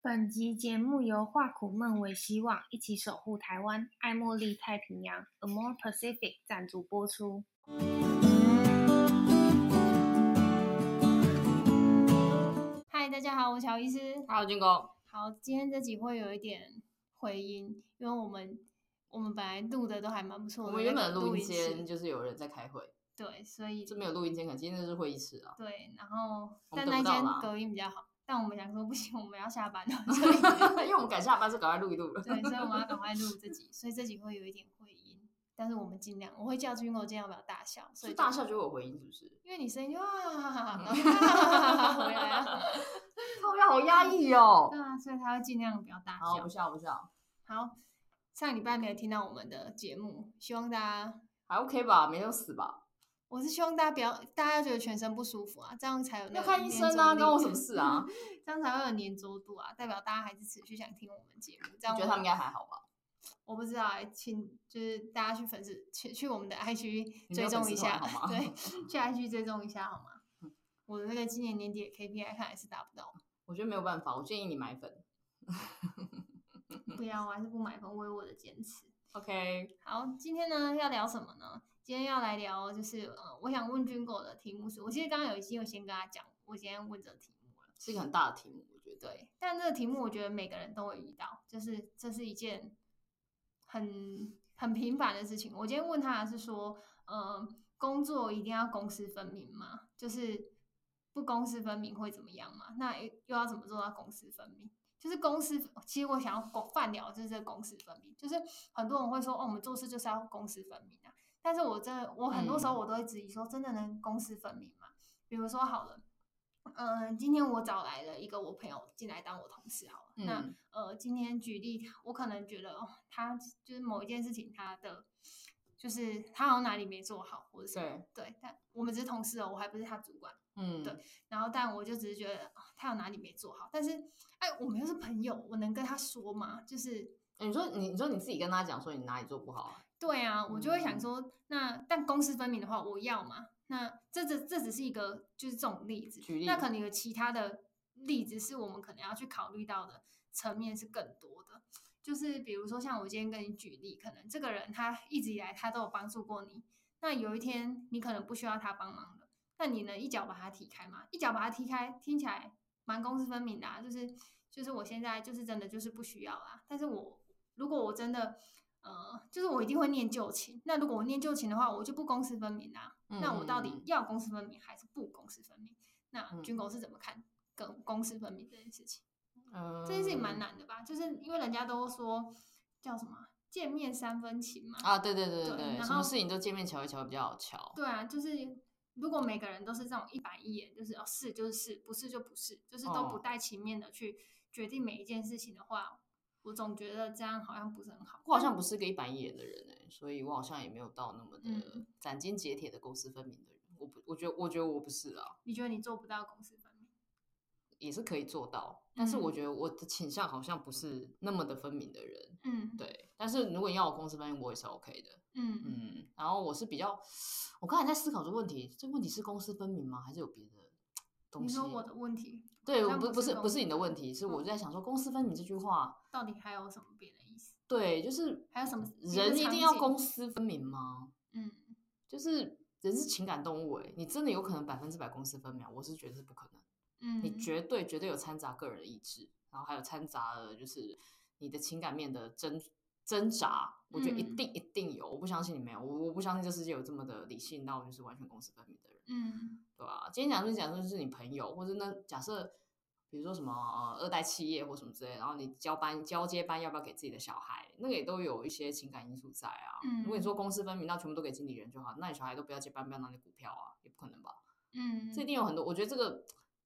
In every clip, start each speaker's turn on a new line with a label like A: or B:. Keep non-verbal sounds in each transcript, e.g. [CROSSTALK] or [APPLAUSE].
A: 本集节目由化苦闷为希望，一起守护台湾，爱茉莉太平洋 （A More Pacific） 赞助播出。嗨，大家好，我是乔医师。
B: 好，军哥，
A: 好，今天这集会有一点回音，因为我们我们本来录的都还蛮不错的，
B: 我们原本的录音间
A: 室
B: 就是有人在开会，
A: 对，所以
B: 这没有录音间，可今天是会议室啊。 [LAUGHS]
A: 对，然后
B: 我
A: 但那
B: 们得不到
A: 间
B: 啦
A: 隔音比较好，但我们想说不行，我们要下班了，所以
B: 因为我们赶下班，就赶快录一录了。
A: 对，所以我们要赶快录这集，所以这集会有一点回音，但是我们尽量，我会叫军狗尽量不要大笑，所以
B: 是
A: 就
B: 大笑就会有回音，是不是？
A: 因为你声音就啊，回来了，
B: 好呀，好压抑
A: [LAUGHS]
B: 哦
A: 对。啊，所以他会尽啊量不要大
B: 好，
A: 笑
B: 我不。笑，我不笑，
A: 好，上礼拜没有听到我们的节目，希望大家，
B: 还 OK 吧？没有死吧？
A: 我是希望大家不要，大家要觉得全身不舒服啊，这样才有那
B: 要
A: 个
B: 看医
A: 粘
B: 生
A: 着
B: 啊，
A: 力
B: 关我什么
A: [LAUGHS]
B: 事啊？？
A: 这样才会有粘着度啊，代表大家还是持续想听我们节目。这
B: 我
A: 样
B: 觉得
A: 我
B: 他们应该还好吧？
A: 我不知道哎、请就是大家去粉丝去去我们的 IG
B: 你
A: 追
B: 没有
A: 踪
B: 粉
A: 一
B: 丝团
A: 下，
B: 好吗 [LAUGHS]
A: 对，去 IG 追踪一下好吗
B: 嗯？
A: 我的那个今年年底的 KPI 看来是达不到，
B: 我觉得没有办法，我建议你买
A: [LAUGHS]
B: 粉。嗯
A: 不要，啊我还是不买分，我有我的坚持。
B: OK，
A: 好，今天呢要聊什么呢？今天要来聊就是呃，我想问军狗的题目是，我其实刚刚有一期有先跟他讲，我今天问这个题目了，
B: 是一个很大的题目，我觉得。
A: 对，但这个题目我觉得每个人都会遇到，就是这是一件很很平凡的事情。我今天问他的是说，呃，工作一定要公私分明吗？就是不公私分明会怎么样嘛？那又又要怎么做到公私分明？就是公私，其实我想要广泛聊，就是这个公私分明。就是很多人会说，哦，我们做事就是要公私分明啊。但是我真的，我很多时候
B: 嗯
A: 我都会质疑说，真的能公私分明吗？比如说好了，嗯、今天我找来了一个我朋友进来当我同事好了，那
B: 嗯，
A: 呃，今天举例，我可能觉得哦，他就是某一件事情，他的就是他好像哪里没做好，或者是
B: 对，
A: 对，但我们只是同事哦，我还不是他主管。
B: 嗯，
A: 对然后，但我就只是觉得、哦、他有哪里没做好，但是哎，我们又是朋友，我能跟他说吗？就是
B: 欸你说你你说你自己跟他讲说你哪里做不好啊，
A: 对啊，我就会想
B: 嗯
A: 说，那但公私分明的话，我要嘛？那这这这只是一个就是这种例子，
B: 举例
A: 那可能有其他的例子是我们可能要去考虑到的层面是更多的。就是比如说像我今天跟你举例，可能这个人他一直以来他都有帮助过你，那有一天你可能不需要他帮忙了，那你能一脚把他踢开吗？一脚把他踢开，听起来蛮公私分明的、啊，就是就是我现在就是真的就是不需要啦，但是我如果我真的呃，就是我一定会念旧情。那如果我念旧情的话，我就不公私分明啊啦、那我到
B: 嗯
A: 底
B: 嗯嗯
A: 要公私分明还是不公私分明？那
B: 嗯
A: 军狗是怎么看跟公私分明这件事情？
B: 嗯
A: 这件事情蛮难的吧？就是因为人家都说叫什么啊见面三分情嘛。
B: 啊，对对对
A: 对
B: 对，
A: 然
B: 什
A: 后
B: 么事情都见面瞧一瞧比较好瞧。
A: 对啊，就是如果每个人都是这种一板一眼，就是哦是就是是，不是就不是，就是都不
B: 哦
A: 带情面的去决定每一件事情的话，我总觉得这样好像不是很好。
B: 我好像不是个一板一眼的人哎、所以我好像也没有到那么的
A: 嗯
B: 斩钉截铁的公私分明的人。我不，我觉得，我觉得我不是啊，
A: 你觉得你做不到公私分明？
B: 也是可以做到，但是我
A: 嗯
B: 觉得我的倾向好像不是那么的分明的人。
A: 嗯，
B: 对，但是如果你要我公私分明，我也是 OK 的。
A: 嗯嗯
B: 嗯，然后我是比较，我刚才在思考这个问题，这问题是公私分明吗？还是有别的东
A: 你
B: 西？
A: 说我的问题
B: 对，
A: 好
B: 我
A: 像
B: 不
A: 不
B: 不
A: 是
B: 是
A: 公
B: 不是你的问题，是我
A: 嗯
B: 在想说公私分明这句话，
A: 到底还有什么别的意思？
B: 对，就是
A: 还有什么别的
B: 人一
A: 场
B: 定要
A: 景
B: 公私分明吗？
A: 嗯，
B: 就是人是情感动物诶、你真的有可能百分之百公私分明啊，我是觉得是不可能。
A: 嗯，
B: 你绝对绝对有掺杂个人的意志，然后还有掺杂了就是你的情感面的挣挣扎，我觉得一
A: 嗯
B: 定一定有，我不相信你没有，我我不相信这世界有这么的理性到就是完全公私分明的人，
A: 嗯
B: 对吧、今天假设假设是你朋友，或者那假设。比如说什么呃二代企业或什么之类，然后你交班交接班要不要给自己的小孩，那个也都有一些情感因素在啊。如果
A: 嗯
B: 你说公私分明，那全部都给经理人就好，那你小孩都不要接班，不要拿你股票啊，也不可能吧？
A: 嗯，
B: 这一定有很多，我觉得这个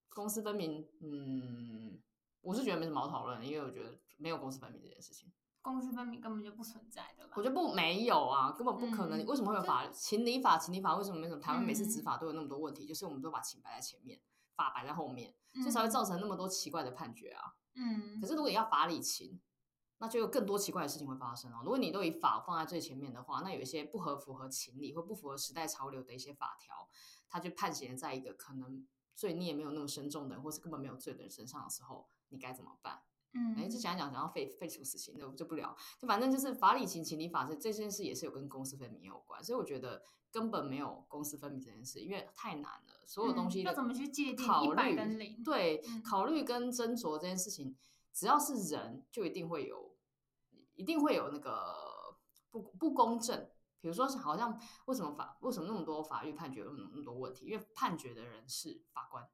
B: 公私分明，嗯，我是觉得没什么好讨论的，因为我觉得没有公私分明这件事情，
A: 公私分明根本就不存在，对吧？
B: 我觉得不没有啊，根本不可能。
A: 嗯
B: 为什么会有
A: 就
B: 法情理法情理法？为什么没什么台湾每次执
A: 嗯
B: 法都有那么多问题？就是我们都把情摆在前面，法摆在后面，所以才会造成那么多奇怪的判决啊。
A: 嗯，
B: 可
A: 嗯
B: 是如果你要法理情，那就有更多奇怪的事情会发生哦。如果你都以法放在最前面的话，那有一些不合符合情理或不符合时代潮流的一些法条，它就判刑在一个可能罪孽没有那么深重的人，或是根本没有罪的人身上的时候，你该怎么办？
A: 嗯，
B: 哎，就讲一讲，然后废废除死刑，那我就不聊。就反正就是法理情、情理法治这件事也是有跟公私分明有关，所以我觉得根本没有公私分明这件事，因为太难了，所有东
A: 嗯
B: 西
A: 要
B: 的
A: 怎么去界定
B: 考
A: 一百
B: 虑
A: 跟零？
B: 对，
A: 嗯
B: 考虑跟斟酌这件事情，只要是人，就一定会有，一定会有那个不不公正。比如说，是好像为什么法为什么那么多法律判决有那么多问题？因为判决的人是法官。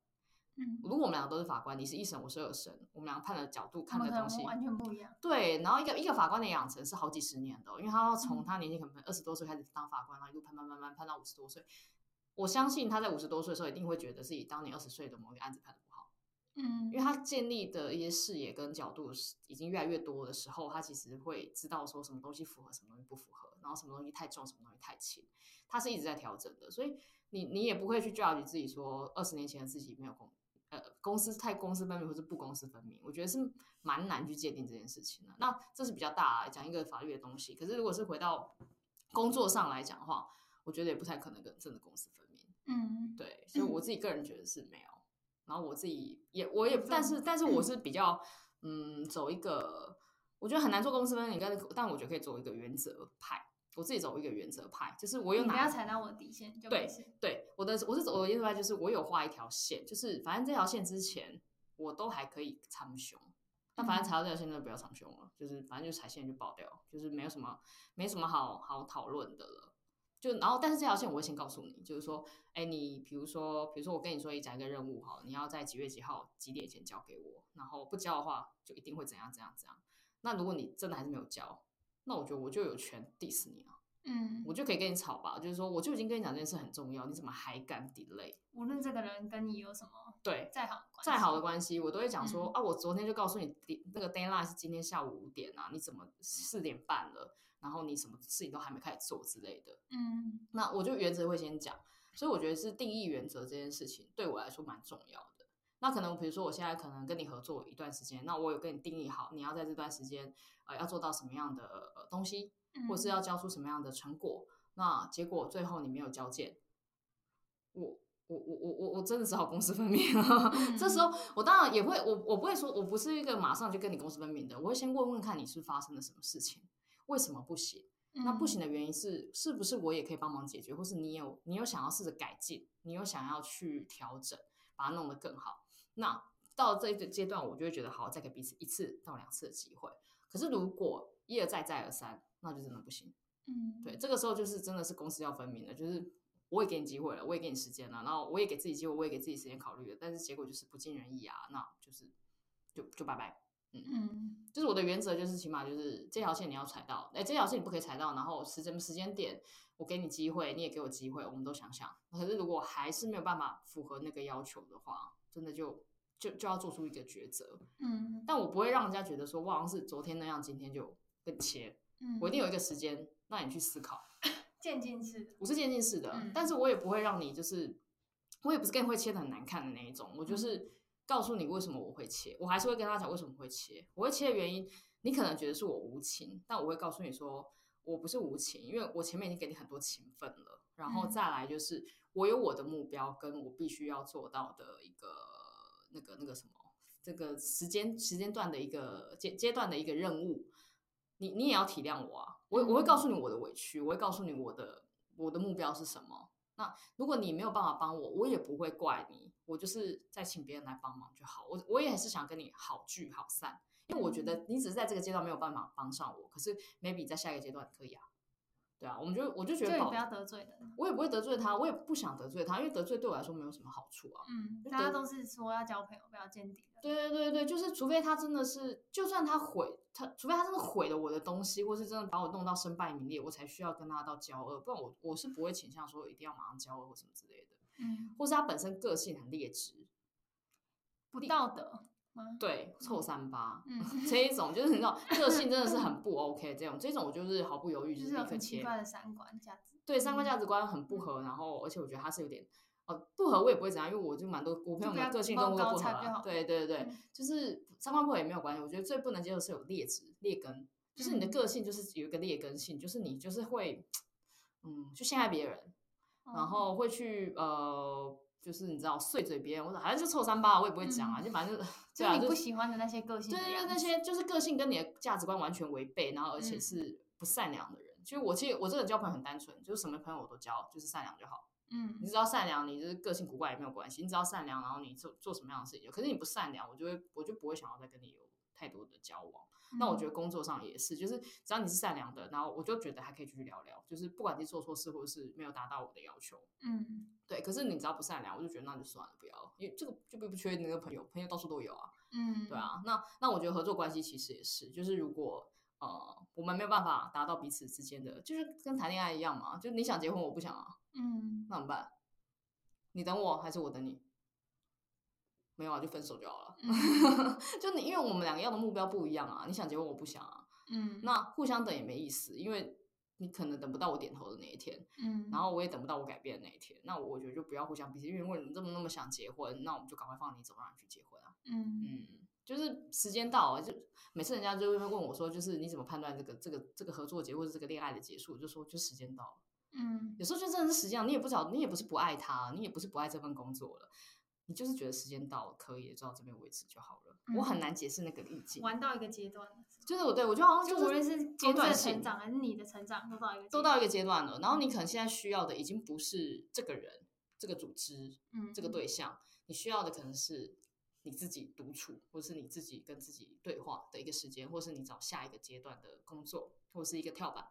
A: 嗯，
B: 如果我们两个都是法官，你是一审，我是二审，我们俩判的角度
A: 我
B: 看
A: 们
B: 的
A: 可
B: 东西
A: 能完全不一样。
B: 对，然后一个一个法官的养成是好几十年的哦、因为他要从
A: 嗯
B: 他年纪可能二十多岁开始当法官，然后一路判判判判判到五十多岁。我相信他在五十多岁的时候，一定会觉得自己当年二十岁的某一个案子判的不好，
A: 嗯
B: 因为他建立的一些视野跟角度是已经越来越多的时候，他其实会知道说什么东西符合，什么东西不符合，然后什么东西太重，什么东西太轻，他是一直在调整的。所以你你也不会去 judge 自己说二十年前的自己没有公呃公司太公私分明或是不公私分明，我觉得是蛮难去界定这件事情的。那这是比较大来讲一个法律的东西，可是如果是回到工作上来讲的话，我觉得也不太可能跟真的公私分明。
A: 嗯，
B: 对，所以我自己个人觉得是没有。然后我自己也，我也，但
A: 这
B: 是，但是我是比较，嗯，走一个，我觉得很难做公司分离，但是但我觉得可以走一个原则派。我自己走一个原则派，就是我有
A: 你不
B: 哪
A: 要踩到我的底线就没
B: 对
A: 事。
B: 对我的我是走的原则派，就是我有画一条线，就是反正这条线之前我都还可以参胸，那反正踩到这条线就不要参胸了，就是反正就踩线就爆掉，就是没有什么没什么好好讨论的了。就然后，但是这条线我会先告诉你，就是说，哎，你比如说，比如说我跟你说一讲一个任务哈，你要在几月几号几点前交给我，然后不交的话就一定会怎样怎样怎样。那如果你真的还是没有交，那我觉得我就有权 diss 你啊。
A: 嗯，
B: 我就可以跟你吵吧，就是说我就已经跟你讲这件事很重要，你怎么还敢 delay？
A: 无论这个人跟你有什么
B: 对，
A: 再好的关系，
B: 再好的关系我都会讲说、
A: 嗯
B: 啊，我昨天就告诉你那个 deadline 是今天下午五点啊，你怎么四点半了，然后你什么事情都还没开始做之类的，
A: 嗯
B: 那我就原则会先讲，所以我觉得是定义原则这件事情对我来说蛮重要的。那可能比如说我现在可能跟你合作一段时间，那我有跟你定义好你要在这段时间呃要做到什么样的呃东西，
A: 嗯，
B: 或是要交出什么样的成果，那结果最后你没有交件，我我我我我我真的只好公私分明了。 [LAUGHS]
A: 嗯
B: 这时候我当然也会，我我不会说我不是一个马上就跟你公私分明的，我会先问问看你是发生了什么事情，为什么不行？
A: 嗯
B: 那不行的原因是是不是我也可以帮忙解决，或是你有你有想要试着改进，你有想要去调整，把它弄得更好。那到这个阶段，我就会觉得好，再给彼此一次到两次的机会。可是如果一而再再而三，那就真的不行。
A: 嗯，嗯
B: 对，，这个时候就是真的是公私要分明的，就是我也给你机会了，我也给你时间了，然后我也给自己机会，我也给自己时间考虑了，但是结果就是不尽人意啊，那就是就就拜拜。
A: 嗯
B: 就是我的原则就是，起码就是这条线你要踩到，哎，这条线你不可以踩到，然后时间时间点我给你机会，你也给我机会，我们都想想。可是如果还是没有办法符合那个要求的话，真的就就就要做出一个抉择。
A: 嗯
B: 但我不会让人家觉得说，我好像是昨天那样，今天就跟你切，
A: 嗯，
B: 我一定有一个时间让你去思考。
A: 渐进式的，
B: 我是渐进式的，
A: 嗯
B: 但是我也不会让你就是，我也不是跟你会切的很难看的那一种，我
A: 嗯
B: 就是告诉你为什么我会切，我还是会跟他讲为什么会切，我会切的原因，你可能觉得是我无情，但我会告诉你说我不是无情，因为我前面已经给你很多情分了，然后
A: 嗯
B: 再来就是我有我的目标，跟我必须要做到的一个那个那个什么。这个时间时间段的一个阶阶段的一个任务，你你也要体谅我啊，我我会告
A: 嗯
B: 诉你我的委屈，我会告诉你我的我的目标是什么。那如果你没有办法帮我，我也不会怪你，我就是再请别人来帮忙就好。我我也是想跟你好聚好散，因为我觉
A: 嗯
B: 得你只是在这个阶段没有办法帮上我，可是 maybe 在下一个阶段可以啊。对啊，我们就我就觉
A: 就
B: 得
A: 也
B: 保
A: 不，要得罪人。
B: 我也不会得罪他，我也不想得罪他，因为得罪对我来说没有什么好处啊。
A: 嗯，
B: 就
A: 大家
B: 得
A: 都是说要交朋友，不要见嗯敌人。
B: 对对对对，就是除非他真的是，就算他毁他，除非他真的毁了我的东西，或是真的把我弄到身败名裂，我才需要跟他到交恶，不然我我是不会倾向说一定要马上交恶或什么之类的，
A: 嗯，
B: 或是他本身个性很劣质，
A: 不道德吗？
B: 对，臭三八。 [LAUGHS]
A: 嗯，
B: 这一种就是你知道，个性真的是很不 OK。这种这种我就是毫不犹豫，
A: [LAUGHS] 就
B: 就是是立
A: 有
B: 刻
A: 很奇
B: 切。
A: 怪的三观价值。
B: 对，三观
A: 嗯
B: 价值观很不合，然后而且我觉得他是有点呃不合，我也不会怎样，因为我就蛮多我朋友
A: 不要
B: 们个性
A: 高
B: 跟我都
A: 高
B: 不合
A: 差就
B: 啊
A: 好。
B: 对对对，
A: 嗯
B: 就是三观不合也没有关系。我觉得最不能接受是有劣质劣根，就是你的
A: 嗯
B: 个性就是有一个劣根性，就是你就是会嗯去陷害别人，然
A: 哦
B: 后会去呃。就是你知道碎嘴别人，我说还是臭三八，我也不会讲啊，就反正就 [LAUGHS]
A: 嗯
B: 对
A: 就是
B: 啊，
A: 你
B: 就
A: 不
B: 是
A: 喜欢的那些个性
B: 对
A: 的
B: 对，因为
A: 样
B: 那
A: 子
B: 些就是个性跟你的价值观完全违背，然后而且
A: 嗯
B: 是不善良的人。就是我其实我这个人交朋友很单纯，就是什么朋友我都交，就是善良就好。你
A: 嗯
B: 只要善良，你就是个性古怪也没有关系。你只要善良，然后你做做什么样的事情就，可是你不善良，我就会我就不会想要再跟你有太多的交往。那我觉得工作上也是，就是只要你是善良的，然后我就觉得还可以继续聊聊，就是不管你做错事或者是没有达到我的要求，
A: 嗯
B: 对。可是你只要不善良，我就觉得那就算了，不要了，因为这个就不不缺那个朋友，朋友到处都有啊。
A: 嗯，
B: 对，啊，那那我觉得合作关系其实也是，就是如果呃我们没有办法达到彼此之间的，就是跟谈恋爱一样嘛，就是你想结婚我不想啊，
A: 嗯
B: 那怎么办？你等我还是我等你？没有啊，就分手就好了。
A: 嗯
B: [LAUGHS] 就你因为我们两个要的目标不一样啊，你想结婚我不想啊，
A: 嗯，
B: 那互相等也没意思，因为你可能等不到我点头的那一天，
A: 嗯，
B: 然后我也等不到我改变的那一天，那我觉得就不要互相逼因为如果你这么那么想结婚，那我们就赶快放你走，让你去结婚啊。
A: 嗯
B: 嗯，就是时间到了，就每次人家就会问我说，就是你怎么判断这个这个这个合作结或者这个恋爱的结束？我就说就时间到了。
A: 嗯
B: 有时候就真的是时间到，你也不找，你也不是不爱他，你也不是不爱这份工作了，你就是觉得时间到了，可以了就到这边为止就好了。我很
A: 嗯
B: 难解释那个意境，
A: 玩到一个阶段了，
B: 就是我对我就好像
A: 就
B: 就
A: 无
B: 是
A: 论是公
B: 阶
A: 司
B: 段
A: 的
B: 性
A: 成长还嗯是你的成长，都到一个
B: 都
A: 阶
B: 到一
A: 段
B: 个阶段了，然后你可能现在需要的已经不是这个人、这个组织、
A: 嗯
B: 这个对象，你需要的可能是你自己独处，或是你自己跟自己对话的一个时间，或是你找下一个阶段的工作，或是一个跳板。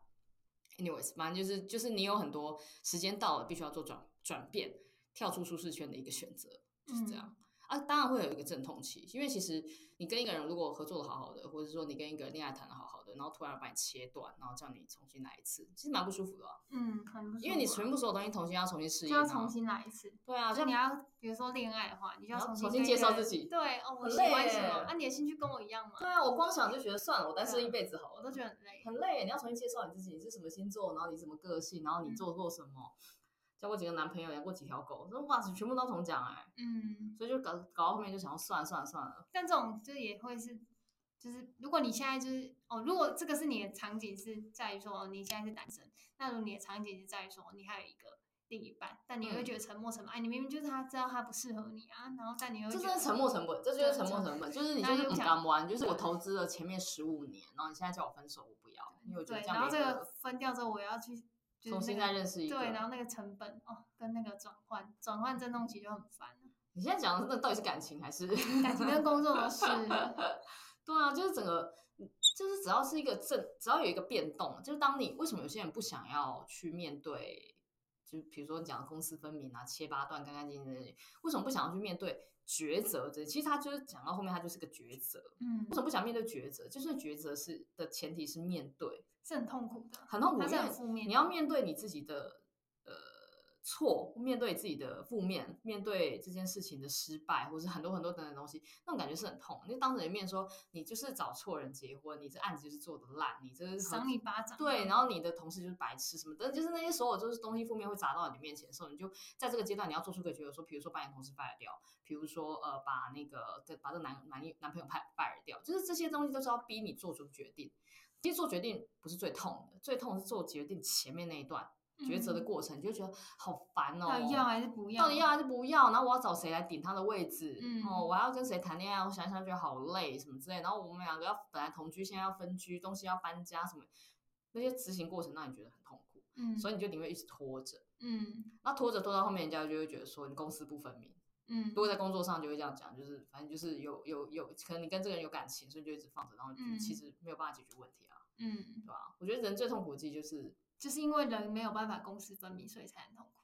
B: Anyways，反正就是就是你有很多时间到了，必须要做转转变，跳出舒适圈的一个选择，就是
A: 嗯
B: 这样。啊，当然会有一个阵痛期，因为其实你跟一个人如果合作的好好的，或者说你跟一个恋爱谈的好好的，然后突然把你切断，然后叫你重新来一次，其实蛮不舒服的啊、
A: 嗯，很不
B: 因为你
A: 错啊
B: 全部所有东西重新要重新适
A: 就
B: 应、
A: 要
B: 啊，
A: 重新来一次。
B: 对啊，
A: 就
B: 像
A: 你要，比如说恋爱的话，你就要
B: 你要
A: 重
B: 重
A: 跟
B: 新
A: 一
B: 介
A: 个
B: 绍
A: 人
B: 自己
A: 对，哦，我
B: 很
A: 喜
B: 累
A: 欢什
B: 耶
A: 么？啊，你的兴趣跟我一样吗？
B: 对啊，我光想就觉得算了，我单身一辈子好
A: 我
B: 了，
A: 都觉得很累。
B: 很累。你要重新介绍你自己，你是什么星座，然后你什么个性，然后你
A: 嗯
B: 做过什么，交过几个男朋友，养过几条狗，说哇，全部都重讲哎、
A: 嗯，
B: 所以就搞搞到后面就想要算了算了算了，
A: 但这种就也会是，就是如果你现在就是哦，如果这个是你的场景是在于说、哦、你现在是单身，那如果你的场景是在于说你还有一个另一半，但你
B: 嗯
A: 会觉得沉默成本，哎，你明明就是他知道他不适合你啊，然后但你又
B: 这
A: 觉
B: 真
A: 得
B: 是沉没成本，这就是沉没成本，就是你就
A: 那
B: 是
A: 就
B: 不
A: 讲
B: 敢玩，就是我投资了前面十五年，然后你现在叫我分手，我不要，因为我觉
A: 对，
B: 得这
A: 然
B: 样
A: 后
B: 没
A: 这个
B: 个
A: 分掉之后，我要去就是那
B: 重新
A: 个
B: 再认识一个。
A: 对，然后那个成本哦，跟那个转换转换这东西就很烦
B: [LAUGHS]
A: 了，
B: 你现在讲的这到底是感情还是？
A: 感情跟工作都是，
B: [LAUGHS] 对啊，就是整个，就是只要是一个正，只要有一个变动，就是当你为什么有些人不想要去面对，就比如说你讲的公私分明啊、切八段、干干净净的，为什么不想要去面对抉择？这其实他就是讲到后面，他就是个抉择。
A: 嗯
B: [LAUGHS] 为，什么不想面对抉择？就是抉择是的前提是面对，
A: 是很痛苦的，
B: 很痛苦，
A: 它
B: 因
A: 是
B: 为
A: 很负面的，
B: 你要面对你自己的呃错，面对自己的负面，面对这件事情的失败，或是很多很多等等东西，那种感觉是很痛。你就当着人面说你就是找错人结婚，你这案子就是做的烂，你这是合
A: 赏你巴掌，
B: 对，然后你的同事就是白痴什么的，就是那些所有就是东西负面会砸到你面前的时候，你就在这个阶段你要做出个抉择，说，比如说把你同事 fire 掉，比如说呃把那个跟把这男男男朋友 fire fire 掉，就是这些东西都是要逼你做出决定。其实做决定不是最痛的，最痛是做决定前面那一段抉择的
A: 嗯
B: 过程，你就觉得好烦哦。
A: 到底要还是不要？
B: 到底要还是不要？然后我要找谁来顶他的位置？
A: 嗯
B: 哦，我要跟谁谈恋爱？我想一想觉得好累，什么之类。然后我们两个要本来同居，现在要分居，东西要搬家，什么那些执行过程让你觉得很痛苦，
A: 嗯，
B: 所以你就宁愿一直拖着。
A: 嗯
B: 那拖着拖到后面，人家就会觉得说你公私不分明。
A: 嗯，
B: 如果在工作上就会这样讲，就是反正就是有有有，可能你跟这个人有感情，所以就一直放着，然后你就
A: 嗯
B: 其实没有办法解决问题啊，
A: 嗯，
B: 对吧？我觉得人最痛苦的其实就是
A: 就是因为人没有办法公私分明，所以才很痛苦。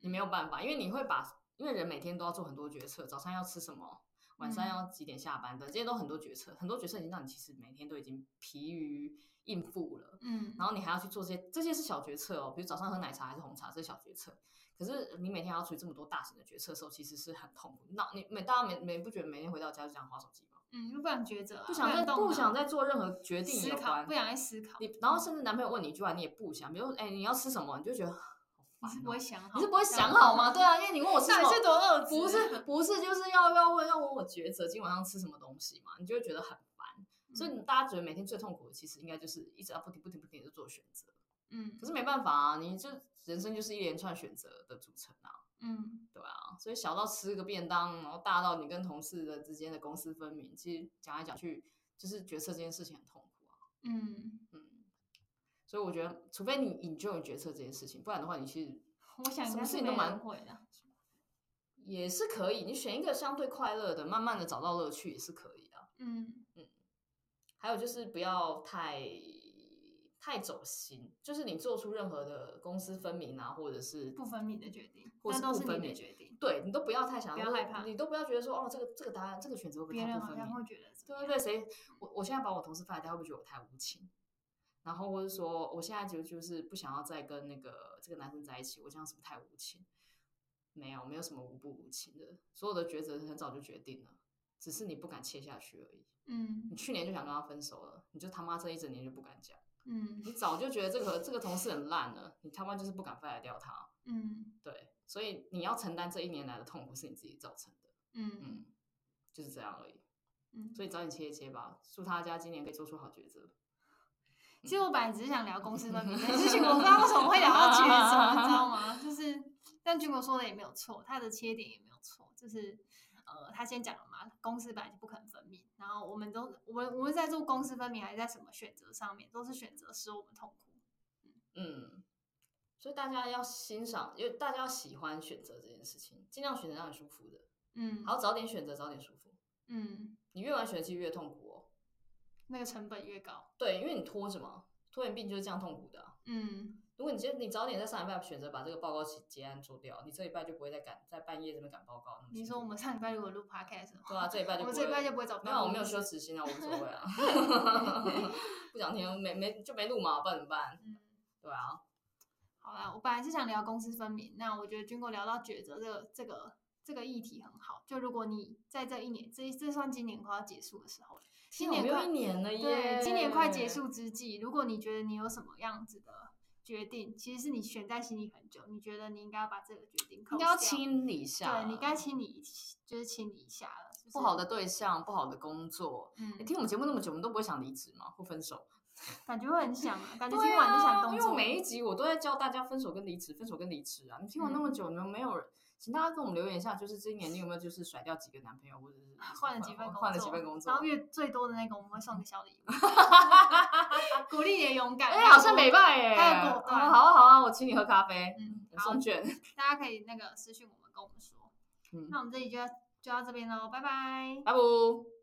B: 你没有办法，因为你会把，因为人每天都要做很多决策，早上要吃什么，晚上
A: 嗯
B: 要几点下班的，这些都很多决策，很多决策已经让你其实每天都已经疲于应付了。
A: 嗯，
B: 然后你还要去做这些，这些是小决策哦，比如早上喝奶茶还是红茶，这是小决策。可是你每天要处理这么多大型的决策的时候，其实是很痛苦。那你每大家每每不觉得每天回到家就想划手机吗？
A: 嗯，就不想抉择啊、
B: 不想再
A: 再
B: 不想再做任何决定
A: 思
B: 有
A: 考，嗯
B: 关
A: 不，想再思考，
B: 你然后甚至男朋友问你一句话，你也不想，比如说哎你要吃什么，你就觉得 [LAUGHS] 好
A: 你
B: 烦、
A: 是不
B: 哦
A: 会。想好，
B: 你是不会想好吗？对啊，因为你问我吃什
A: 到
B: 么
A: 底，是多恶质？
B: 不是不是，就是要要问要问我抉择今晚上吃什么东西嘛，你就会觉得很烦。所以大家觉得每天最痛苦的，其实应该就是一直要不停不停不停的做选择。
A: 嗯，
B: 可是没办法啊，你就人生就是一连串选择的组成啊。
A: 嗯，
B: 对啊，所以小到吃个便当，然后大到你跟同事的之间的公私分明，其实讲来讲去就是决策这件事情很痛苦啊。
A: 嗯，
B: 嗯，所以我觉得，除非你 enjoy 决策这件事情，不然的话，你其实
A: 我想
B: 什
A: 应
B: 么
A: 该
B: 事
A: 是
B: 情
A: 没
B: 都
A: 有
B: 蛮
A: 人会的。
B: 也是可以。你选一个相对快乐的，慢慢的找到乐趣也是可以啊。
A: 嗯
B: 还有就是不要太太走心，就是你做出任何的公私分明啊，或者是
A: 不分明的决定，
B: 或
A: 那
B: 是
A: 都
B: 不
A: 是
B: 分
A: 你的
B: 明
A: 决定，
B: 对你都不要太想，
A: 不要
B: 或者
A: 害怕
B: 你都不要觉得说哦，这个这个答案这个选择会不会
A: 别
B: 太
A: 人
B: 不
A: 好
B: 分
A: 像
B: 明？
A: 会觉得怎
B: 对
A: 么
B: 对
A: 样，
B: 对，谁我我现在把我同事发给他，会不会觉得我太无情？然后或者说我现在就就是不想要再跟那个这个男生在一起，我这样是不是太无情？没有，没有什么无不无情的，所有的抉择很早就决定了，只是你不敢切下去而已。
A: 嗯
B: 你去年就想跟他分手了，你就他妈这一整年就不敢讲，
A: 嗯
B: 你早就觉得这个这个同事很烂了，你他妈就是不敢 fire 掉他。
A: 嗯
B: 对，所以你要承担这一年来的痛苦是你自己造成的，
A: 嗯
B: 嗯，就是这样而已。
A: 嗯。
B: 所以早点切一切吧，祝他家今年可以做出好抉择。
A: 其实我本来只是想聊公司分
B: [LAUGHS]
A: 明这件事情，我不知道为什么会聊到抉择，你知道吗？就是，但军国说的也没有错，他的切点也没有错，就是，呃，他先讲了嘛，公司本来就不可能分明，然后我们都，我们无论在做公司分明还是在什么选择上面，都是选择使我们痛苦。
B: 嗯，所以大家要欣赏，因为大家要喜欢选择这件事情，尽量选择让你舒服的，
A: 嗯，
B: 好，早点选择，早点舒服。
A: 嗯，
B: 你越晚选，其实越痛苦哦。
A: 那个成本越高，
B: 对，因为你拖着嘛，拖延病就是这样痛苦的啊、
A: 嗯
B: 如果你今你早点在上礼拜选择把这个报告结结案做掉，你这礼拜就不会再赶在半夜这边赶报告那么辛苦。
A: 你说我们上礼拜如果录 podcast，的话
B: 对啊，这礼拜就
A: 我
B: 不
A: 们这礼
B: 会
A: 拜就不会找
B: 没
A: 到
B: 有，我
A: 录
B: 没有
A: 音
B: 羞
A: 室，
B: 耻心啊，我无所谓啊， [LAUGHS] 不想听没没就没录嘛，不然怎么办？
A: 嗯。
B: 对啊，
A: 好啦，我本来是想聊公私分明，那我觉得军哥聊到抉择这个这个这个议题很好。就如果你在这一年，这这算今年快要结束的时候了，今
B: 天啊
A: 年
B: 我
A: 快
B: 们又一年了耶，
A: 对，今年快结束之际，如果你觉得你有什么样子的决定，其实是你悬在心里很久，你觉得你应该要把这个决定
B: 应
A: close
B: 该
A: 掉，
B: 要清理一下，
A: 对你该清理一起，就是清理一下了。就是
B: 不好的，对象、不好的工作。诶
A: 嗯，
B: 听我们节目那么久，我们都不会想离职吗？或分手？
A: 感觉会很想啊，感觉
B: 对
A: 听完就想
B: 啊
A: 动
B: 因为
A: 作。
B: 我每一集我都在教大家分手跟离职，分手跟离职啊！你听完那么久，你们没有人，请大家跟我们留言一下，就是今年你有没有就是甩掉几个男朋友，或者是
A: 换了几份工作，
B: 啊换了几份工作
A: 然后？越最多的那个我们会送个小
B: [LAUGHS]
A: 礼物，鼓励你的勇敢。
B: 哎、好像美败耶！
A: 还有
B: 哦
A: 果
B: 好
A: 断
B: 啊好啊，我请你喝咖啡，
A: 嗯
B: 我送券。
A: 大家可以那个私信我们跟我们说。
B: 嗯
A: 那我们这里就要就到这边喽，拜拜。
B: 拜拜。